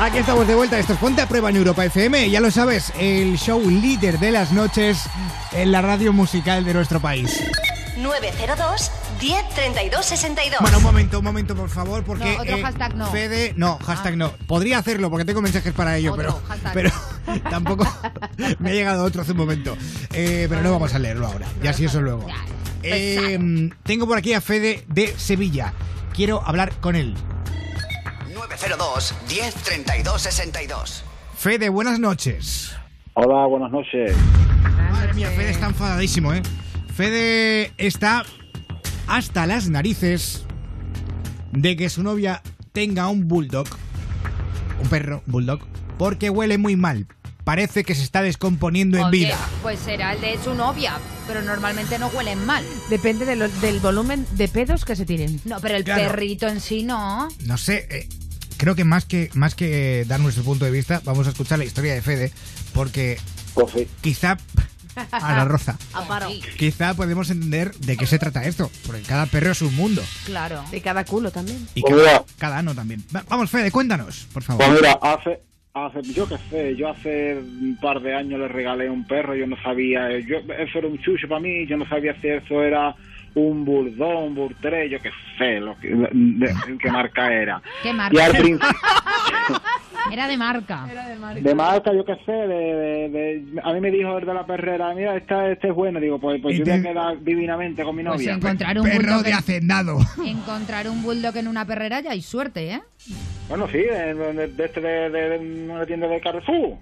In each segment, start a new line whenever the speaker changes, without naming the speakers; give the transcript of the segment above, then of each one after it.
Aquí estamos de vuelta, esto es Ponte a Prueba en Europa FM, ya lo sabes, el show líder de las noches en la radio musical de nuestro país.
902 10 32 62.
Bueno, un momento, un momento, por favor, porque eh,
No, otro hashtag no. Ah.
Fede, no, hashtag no. Podría hacerlo porque tengo mensajes para ello,
Otro
pero,
hashtag.
pero tampoco me ha llegado otro hace un momento. Eh, pero no vamos a leerlo ahora, ya sí eso luego.
Ya,
Eh, tengo por aquí a Fede de Sevilla. Quiero hablar con él.
902 10 32 62.
Fede, buenas noches.
Hola, buenas noches.
Madre mía, Fede está enfadadísimo, ¿eh? Fede está hasta las narices de que su novia tenga un bulldog, un perro bulldog, porque huele muy mal. Parece que se está descomponiendo en
Oye,
vida.
Pues será el de su novia, pero normalmente no huelen mal.
Depende de lo- del volumen de pedos que se tienen.
No, pero el
Claro.
perrito en sí no.
No sé, eh, creo que más que más que dar nuestro punto de vista, vamos a escuchar la historia de Fede, porque
Coffee.
quizá a la roza,
Ah,
Amparo.
Sí,
quizá podemos entender de qué se trata esto, porque cada perro es un mundo.
claro.
De cada culo también.
Y
Pues
cada,
mira.
cada ano también. Va- Vamos, Fede, cuéntanos, por favor.
Pues mira, hace, hace, yo qué sé, yo hace un par de años le regalé un perro, yo no sabía, eh, yo, eso era un chucho para mí, yo no sabía si eso era un burdón, un burtré, yo qué sé, lo que, de- qué marca era.
¿Qué
Y
marca?
al principio...
Era de marca.
De marca, yo qué sé, de, de- de- a mí me dijo el de la perrera, mira, esta, este es bueno, digo, pues, pues
Y
yo voy a
te-
quedar divinamente con mi
Pues
novia.
encontrar un Eh,
Perro
bulldog
de
en-
hacendado.
encontrar un bulldog en una perrera ya hay suerte, ¿eh?
Bueno, sí, de, de- de este de, de- de una tienda de Carrefour.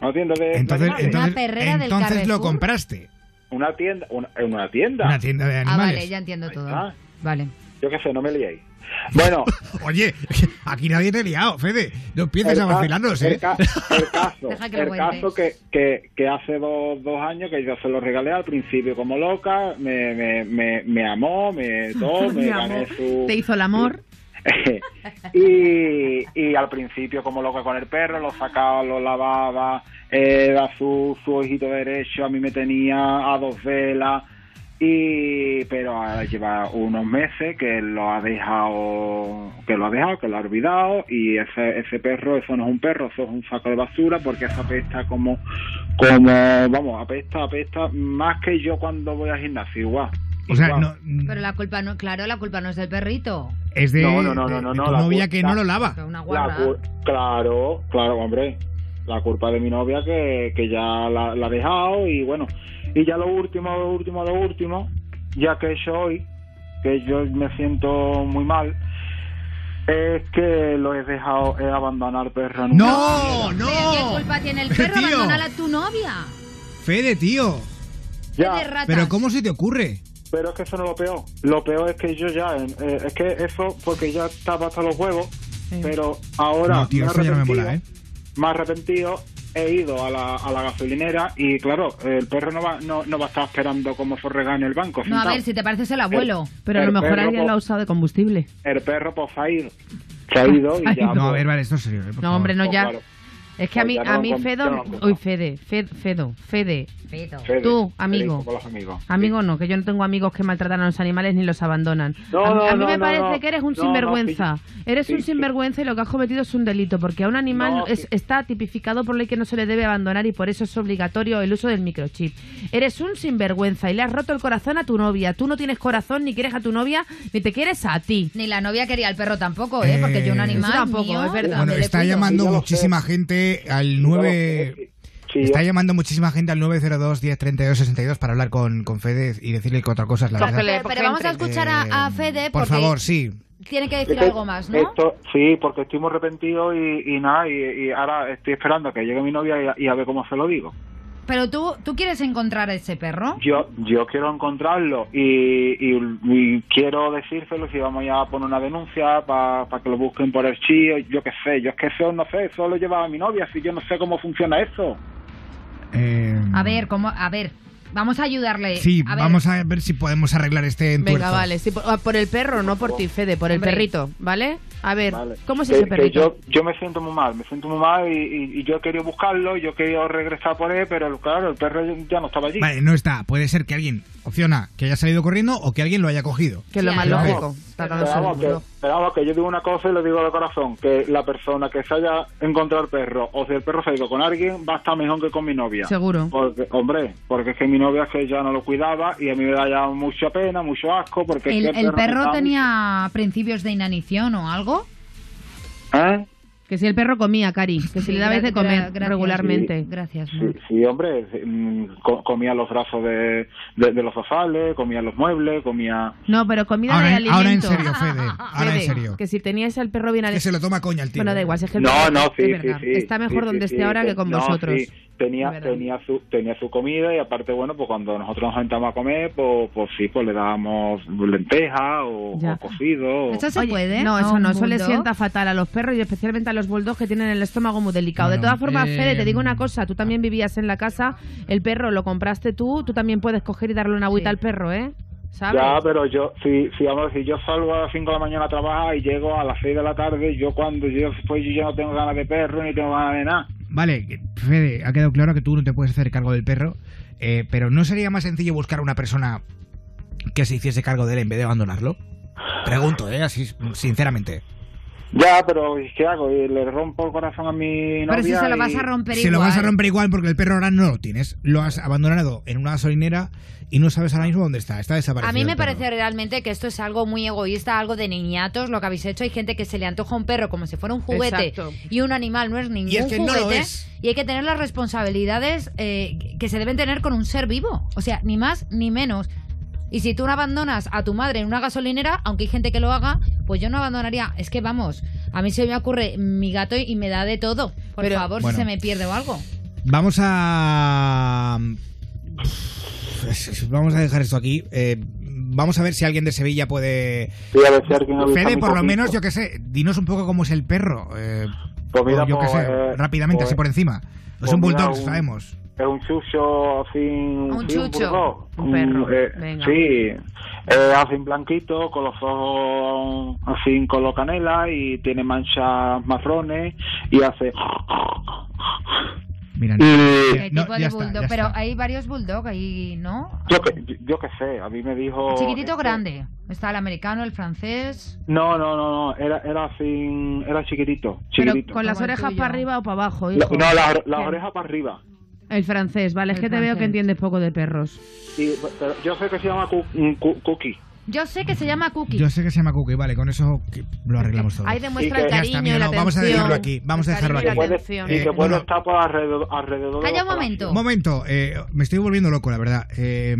Una tienda de... de
Entonces,
animales.
entonces,
perrera del
entonces lo
Carrefour.
compraste.
Una tienda, una, en una tienda.
Una tienda de
Ah,
animales.
vale, ya entiendo todo.
está.
Vale.
Yo qué sé, no me liéis. Bueno,
Oye, aquí nadie te ha liado, Fede. No empieces a
ca-
vacilarnos, ¿eh?
el ca- el caso,
Deja que lo
el
cuente.
caso que, que, que hace dos, dos años que yo se lo regalé al principio como loca, me, me, me, me amó, me todo, Oh, me
Mi
gané
amor.
su...
Te hizo el amor.
y, y al principio como loca con el perro, lo sacaba, lo lavaba, eh, era su, su ojito derecho, a mí me tenía a dos velas, y pero ahora lleva unos meses que lo ha dejado, que lo ha dejado, que lo ha olvidado, y ese, ese perro, eso no es un perro, eso es un saco de basura, porque eso apesta como, como, vamos, apesta, apesta, más que yo cuando voy al gimnasio, igual.
O sea,
igual.
no,
Pero la culpa no, claro, la culpa no es del perrito.
es de,
No, no, no,
de-
no, no,
de
no,
tu
la
novia
puta.
que no lo
Pero
lava.
una
La
guarra.
cul- claro, claro, hombre. La culpa de mi novia que, que ya la, la ha dejado y bueno. Y ya lo último, lo último, lo último, ya que yo hoy, que yo me siento muy mal, es que lo he dejado, he abandonado al perro. en una
¡No,
bañera.
Pero ¿Qué
no!
culpa tiene el
Pero,
perro?
¡Oh! tío.
Abandonala a tu novia.
Fede, tío.
Ya,
Qué de ratas.
Pero ¿cómo se te ocurre?
Pero es que eso no es lo peor. Lo peor es que yo ya, eh, es que eso, porque ya estaba hasta los huevos, pero ahora...
No, tío,
me he
esto ya no me
arrepentido.
mola, ¿eh?
me he arrepentido, he ido a la, a la gasolinera y claro, el perro no va, no, no va a estar esperando como forrega en el banco.
No, a
sentado.
ver, si te pareces el abuelo.
Pero a lo
El
mejor
perro,
alguien lo ha
po-
usado de combustible.
El perro pues ha ido. Se ha ido y
Ay,
ya...
No, a
pues,
ver, vale, esto es serio. eh, por
No, hombre,
favor.
no, ya.
Claro. Pues
Es que a mí,
Ya no
a
han
mí
com- ya no
Fedo...
han comprado.
Uy, Fede, Fed- Fedo, Fede.
Feto.
Fede,
tú,
Fede,
amigo.
con los amigos.
Amigo no, que yo no tengo amigos que maltratan a los animales ni los abandonan.
No,
a,
no,
a mí
no,
me
no,
parece
no.
que eres un
No, no,
sinvergüenza.
sí.
eres un
Sí, sí.
sinvergüenza y lo que has cometido es un delito, porque a un animal
No,
es-
sí.
está tipificado por ley que no se le debe abandonar y por eso es obligatorio el uso del microchip. Eres un sinvergüenza y le has roto el corazón a tu novia. Tú no tienes corazón, ni quieres a tu novia, ni te quieres a ti.
Ni la novia quería al perro tampoco, ¿eh? Porque yo un
Eh,
animal
Eso tampoco,
mío,
es verdad.
Bueno,
me le
está
cuido.
llamando
Sí, ya lo sé.
muchísima gente al
Sí,
9...
sí,
Está
yo-
llamando muchísima gente al 902 10 32 62 para hablar con, con Fede y decirle que otra cosa es la
Cógele,
verdad.
Pero, pero vamos a escuchar a, a Fede
Eh, Por
porque
favor, sí.
tiene que decir
Esto-
algo más, ¿no?
esto- sí, porque estoy muy arrepentido y, y nada, y, y ahora estoy esperando a que llegue mi novia y a- y a ver cómo se lo digo.
Pero tú, tú quieres encontrar a ese perro.
Yo, yo quiero encontrarlo y, y- y quiero decírselo si vamos ya a poner una denuncia para que lo busquen por el chío, yo qué sé, yo es que eso no sé, eso lo llevaba mi novia, si yo no sé cómo funciona eso.
Eh,
A ver, ¿cómo? A ver, vamos a ayudarle.
Sí,
a ver,
vamos a ver si podemos arreglar este entuerzo.
Venga, vale, sí, por, ah, por el perro, no por ti, Fede, por el
Hombre.
perrito, ¿vale? A ver,
Vale.
¿cómo es
Que-
ese
que
perrito?
yo, yo me siento muy mal, me siento muy mal y, y- y yo he querido buscarlo, yo he querido regresar por él, pero claro, el perro ya no estaba allí.
Vale, no está. Puede ser que alguien, opción A, que haya salido corriendo o que alguien lo haya cogido.
Que es lo más
Claro.
lógico.
Pero
tratándose de
vamos,
un
que-
bulldog.
Pero vamos, que yo digo una cosa y lo digo de corazón, que la persona que se haya encontrado el perro, o si el perro se ha ido con alguien, va a estar mejor que con mi novia.
Seguro.
Porque, hombre, porque es que mi novia es que ya no lo cuidaba y a mí me da ya mucha pena, mucho asco, porque... es
¿El,
que
el perro
estaba-
tenía principios de inanición o algo?
¿Eh?
Que si el perro comía, Cari, que si
Sí,
le dabais
gra-
de comer
gra- gracias.
regularmente.
Gracias.
Sí,
Mar.
sí, hombre, sí, mm, co- comía los brazos de, de, de los sofales, comía los muebles, comía...
No, pero comida de
Ahora, en-
alimento. Ah,
ahora en serio, Fede. Ahora en
Fede,
serio.
Que si tenías al perro bien
Que se
alimentado.
lo toma coña el tío.
Bueno, da igual, si es que el
No,
perro
no, sí,
es
sí,
verdad,
sí.
Está mejor
sí,
donde
sí,
esté ahora
sí.
que con
No,
vosotros.
sí. Tenía,
Es verdad.
tenía, su, tenía su comida y aparte, bueno, pues cuando nosotros nos sentamos a comer, pues, pues sí, pues le dábamos lenteja o,
Ya.
o cocido. o-
¿Eso se
Oye,
puede?
No, ¿eh?
a
eso
un
no, eso le
bulldog?
sienta fatal a los perros y especialmente a los bulldogs que tienen el estómago muy delicado. de
Bueno,
todas formas,
eh,
Fede, te digo una cosa, tú también vivías en la casa, el perro lo compraste tú, tú también puedes coger y darle una agüita
Sí.
al perro, ¿eh? ¿Sabes?
Ya, pero yo, si, si vamos a decir, yo salgo a las 5 de la mañana a trabajar y llego a las 6 de la tarde, yo cuando yo pues yo ya no tengo ganas de perro ni tengo ganas de nada.
Vale, que- Fede, ha quedado claro que tú no te puedes hacer cargo del perro, eh, pero ¿no sería más sencillo buscar una persona que se hiciese cargo de él en vez de abandonarlo? Pregunto, ¿eh? Así, sinceramente.
Ya, pero ¿qué hago? Y le rompo el corazón a mi novia.
Pero si se lo
y-
vas a romper
se lo vas a
igual.
romper igual porque el perro ahora no lo tienes. Lo has abandonado en una gasolinera y no sabes ahora mismo dónde está. Está desaparecido.
A mí me
el perro.
parece realmente que esto es algo muy egoísta, algo de niñatos, lo que habéis hecho. Hay gente que se le antoja un perro como si fuera un juguete
Exacto.
y un animal no es ningún
Y es que no
juguete.
lo es.
Y hay que tener las responsabilidades eh, que se deben tener con un ser vivo. O sea, ni más ni menos. Y si tú no abandonas a tu madre en una gasolinera, aunque hay gente que lo haga, pues yo no abandonaría. Es que vamos, a mí se me ocurre mi gato y me da de todo. Por
Pero-
favor,
Bueno.
si se me pierde o algo.
Vamos a. Vamos a dejar esto aquí. eh, vamos a ver si alguien de Sevilla puede.
Sí, a ver si alguien avisa a
Fede,
mi
por lo
coquito.
menos, yo qué sé, dinos un poco cómo es el perro. eh,
Pues mira,
o yo qué
pues,
sé,
eh,
rápidamente,
pues,
así por encima.
pues
son
mira,
bulldogs,
un-
sabemos.
Es un chucho así.
Un
sí,
chucho.
bulldog.
Un perro.
eh,
Venga.
Sí. Eh, así blanquito, con los ojos así color canela y tiene manchas marrones y hace.
Mira,
Y
Ya,
¿Qué
no,
tipo
ya
de
está,
bulldog?
ya
Pero
está.
hay varios bulldog ahí, ¿no?
yo que, yo que sé, a mí me dijo.
Chiquitito
este,
eh,
grande. Está el americano, el francés.
No, no, no, no, era, era así, era chiquitito,
Pero
chiquitito.
con las
Como el
orejas
tuyo.
para arriba o para abajo,
La-
hijo.
no, las la orejas para arriba.
El francés, vale, es
El
que te veo que
francés.
entiendes poco de perros.
Y, pero yo sé que se llama cu- mm, cu- Cookie.
Yo sé que se llama Cookie.
Yo sé que se llama Cookie, vale, con eso que- lo arreglamos todo.
Ahí demuestra
Sí,
el
que-
Ya
cariño
está,
y
mira,
la
no,
atención.
vamos a dejarlo aquí, vamos a
El
dejarlo
cariño
Que
aquí.
y la
puede,
atención.
y
Eh,
que puede
bueno.
estar por alrededor, alrededor de
Calla un
los
momento.
Un momento, eh, me estoy volviendo loco, la verdad. Eh,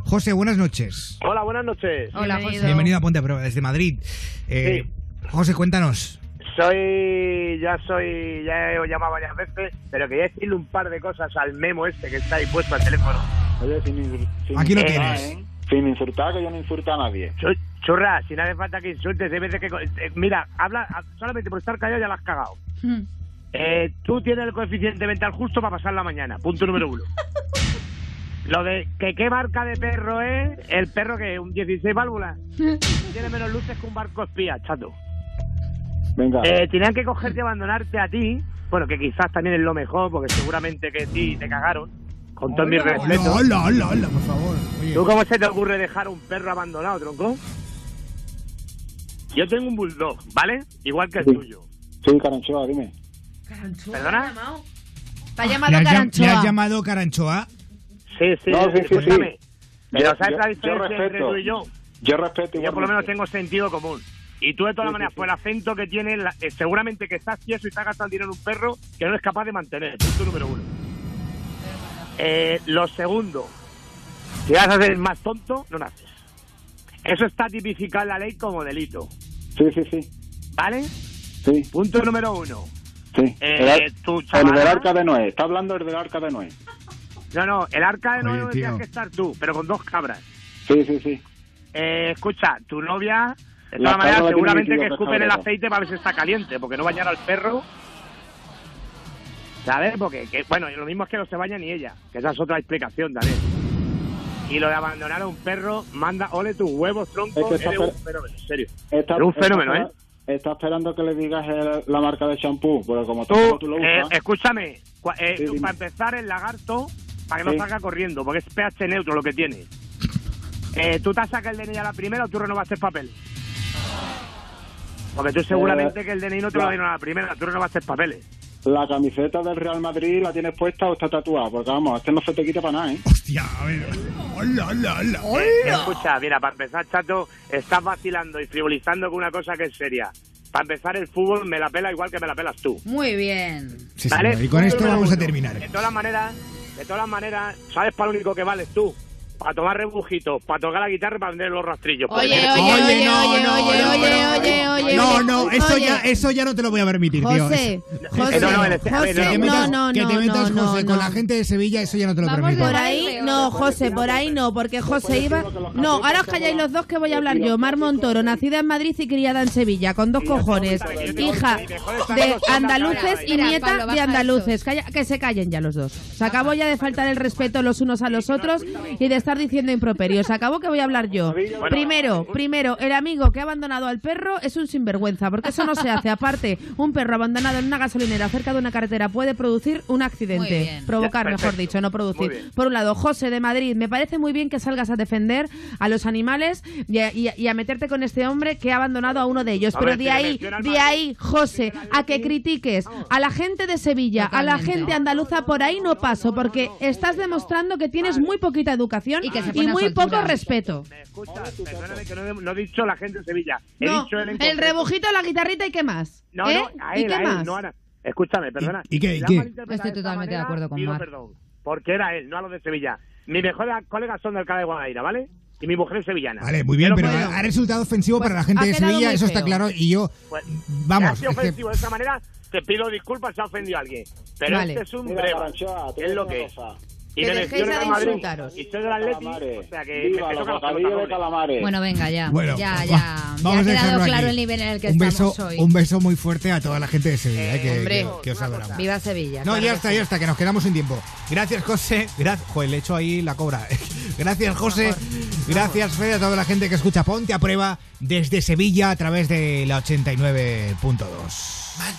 José, buenas noches.
Hola, buenas noches.
Hola, José.
Bienvenido a Ponte a Prueba desde Madrid. Eh, José, cuéntanos.
Soy, ya soy, ya he llamado varias veces, pero quería decirle un par de cosas al memo este que está ahí puesto al teléfono.
Oye, sin insur- sin
Aquí lo
insultar,
tienes.
¿eh? Sin insultar, que yo no insulto a nadie.
Chu- Churra, si no hace falta que insultes, hay veces que... co- eh, Mira, habla ah, solamente por estar callado ya la has cagado.
Mm.
Eh, tú tienes el coeficiente mental justo para pasar la mañana, punto número uno. Lo de que qué marca de perro es el perro que es un 16 válvulas. Tiene menos luces que un barco espía, chato.
Venga.
Eh, tenían que cogerte y abandonarte a ti. Bueno, que quizás también es lo mejor, porque seguramente que sí, te cagaron. Con todo mi respeto.
Hola, hola, hola, por favor. Oye,
¿Tú cómo se te ocurre dejar a un perro abandonado, tronco? Yo tengo un bulldog, ¿vale? Igual que el
Sí.
tuyo.
Sí, Caranchoa, dime.
¿Perdona?
Te ha
¿le
llamado
has llam-
Caranchoa.
¿Le has llamado Caranchoa?
Sí, sí,
No, sí, sí, sí.
escúchame. Pero
Yo-
¿sabes
yo-
la
yo
diferencia entre
respeto.
tú y yo?
Yo respeto
Yo por lo
igualmente.
menos tengo sentido común. Y tú, de
Sí,
todas
sí,
maneras,
sí.
por el acento que tienes, la- eh, seguramente que estás tieso y te has gastado el dinero en un perro que no es capaz de mantener. Punto número uno. Eh, lo segundo, si vas a ser más tonto, no naces. Eso está tipificado en la ley como delito.
Sí, sí, sí.
¿Vale?
Sí, sí.
Punto número uno. Eh,
el, ar-
tu
el
chaval-
del arca de Noé. Está hablando el del arca de Noé.
No, no, el arca de
Oye,
nuevo tienes
tío.
que estar tú, pero con dos cabras.
Sí, sí, sí.
Eh, escucha, tu novia, de
La
todas
cabra
maneras,
tiene
seguramente que
22
escupen el
cabras.
aceite para ver si está caliente, porque no bañar al perro. ¿Sabes? Porque, que- bueno, lo mismo es que no se baña ni ella, que esa es otra explicación también. Y lo de abandonar a un perro, manda, ole tus huevos, tronco,
Es que está
eres un
per-
fenómeno, en serio.
Está,
Pero un fenómeno,
está,
¿eh?
Está esperando que le digas el- la marca de champú, porque como
Tú,
tampoco tú lo
eh,
usas.
escúchame, cua- eh,
Sí,
tú,
dime.
para empezar, el lagarto, para que
Sí.
no salga corriendo, porque es pH neutro lo que tiene. Eh, tú te sacas el DNI a la primera o tú renovaste el papel. Porque tú
Eh,
seguramente que el DNI no te lo dieron a la primera, tú no vas a hacer papeles.
La camiseta del Real Madrid la tienes puesta o está tatuada, porque vamos, este no se te quita para nada, ¿eh?
Hostia, a ver. Hola, hola, hola.
Escucha, mira, para empezar, chato, estás vacilando y frivolizando con una cosa que es seria. Para empezar, el fútbol me la pela igual que me la pelas tú.
Muy bien.
Sí,
¿vale?
señor, y con esto
Número
vamos a
uno.
terminar.
De todas las maneras, de todas las maneras, ¿sabes para lo único que vales tú? Para tomar rebujitos, para tocar la guitarra y para vender los rastrillos. Pues,
Oye,
Porque-
oye,
Oye,
oye,
no,
oye,
no,
oye,
no,
oye,
no.
oye, oye.
No, no, eso
Oye.
ya, eso ya no te lo voy a permitir, tío.
José, José,
este-
Eh, no, no, el- a ver,
Que
José,
te metas,
no, no,
que te
no,
metas,
no,
José,
no.
con la gente de Sevilla, eso ya no te lo
Vamos
permito.
Por ahí, no, José, por ahí no, porque José iba. No, ahora os calláis los dos que voy a hablar yo. Mar Montoro, nacida en Madrid y criada en Sevilla, con dos cojones. Hija de andaluces y nieta de andaluces. Calla- que se callen ya los dos. Se acabó ya de faltar el respeto los unos a los otros y de estar diciendo improperios. Se acabó que voy a hablar yo. Primero, primero, el amigo que ha abandonado al perro es un sinvergüenza, porque eso no se hace. Aparte, un perro abandonado en una gasolinera cerca de una carretera puede producir un
Muy
accidente.
bien.
Provocar,
Ya,
mejor
perfecto.
dicho, no producir.
Muy bien.
Por un lado, José de Madrid, me parece muy bien que salgas a defender a los animales y a, y a- y a meterte con este hombre que ha abandonado a uno de ellos.
A
Pero
ver,
de
si le
ahí,
menciona al
de
Madrid,
ahí, José, a que critiques a la gente de Sevilla, a la
Totalmente.
gente andaluza, por ahí no paso, porque estás demostrando que tienes muy poquita educación
Y
y,
que se pone a su
muy poco
altura.
respeto.
Me escucha, perdóname que no, he- no he dicho la gente de Sevilla. He
No,
dicho él en
el
concreto.
rebujito, la guitarrita y qué más.
No,
¿Eh?
no, a
¿Y
él,
qué
a él,
más?
no a na- Escúchame, perdona.
¿Y- y qué, y
Si la
qué?
han malinterpretado
Estoy
de esta
totalmente de
manera,
acuerdo con
pido
Mar.
perdón, porque era él, no a los de Sevilla. Mis mejores colegas son del Alcalá de Guadaira, ¿vale? Y mi mujer es sevillana.
Vale, muy bien,
Te lo
pero
puedo-
ha ha resultado ofensivo
Pues,
para la gente
ha
de
quedado
Sevilla,
muy
eso está
feo.
claro, y yo...
Pues,
Vamos,
ha sido
es que-
ofensivo de esa manera, te pido disculpas si ha ofendido a alguien. Pero
Vale.
este es un
Mira,
breva,
Arancha, te
es
digo
lo
una
que es.
cosa.
Y
Que
del
dejéis
Real
de
Madrid,
insultaros.
Y soy del Atleti, o sea que... que
Viva
se
los
tocan los
bocadillos de
tapones.
calamares.
Bueno, venga, ya.
Bueno,
ya,
va-
ya. Ya
vamos
ha
a
quedado
dejarlo
claro
aquí.
el nivel en el que
un beso,
estamos hoy.
Un beso muy fuerte a toda la gente de Sevilla, eh, que,
hombre,
que- que os adoramos.
Viva Sevilla.
No,
claro
ya
que
está,
sí.
ya está, que nos quedamos sin tiempo. Gracias, José. Gracias. Joder, le echo ahí la cobra. Gracias, José. Gracias, Fede, a toda la gente que escucha Ponte a Prueba desde Sevilla a través de la 89.2.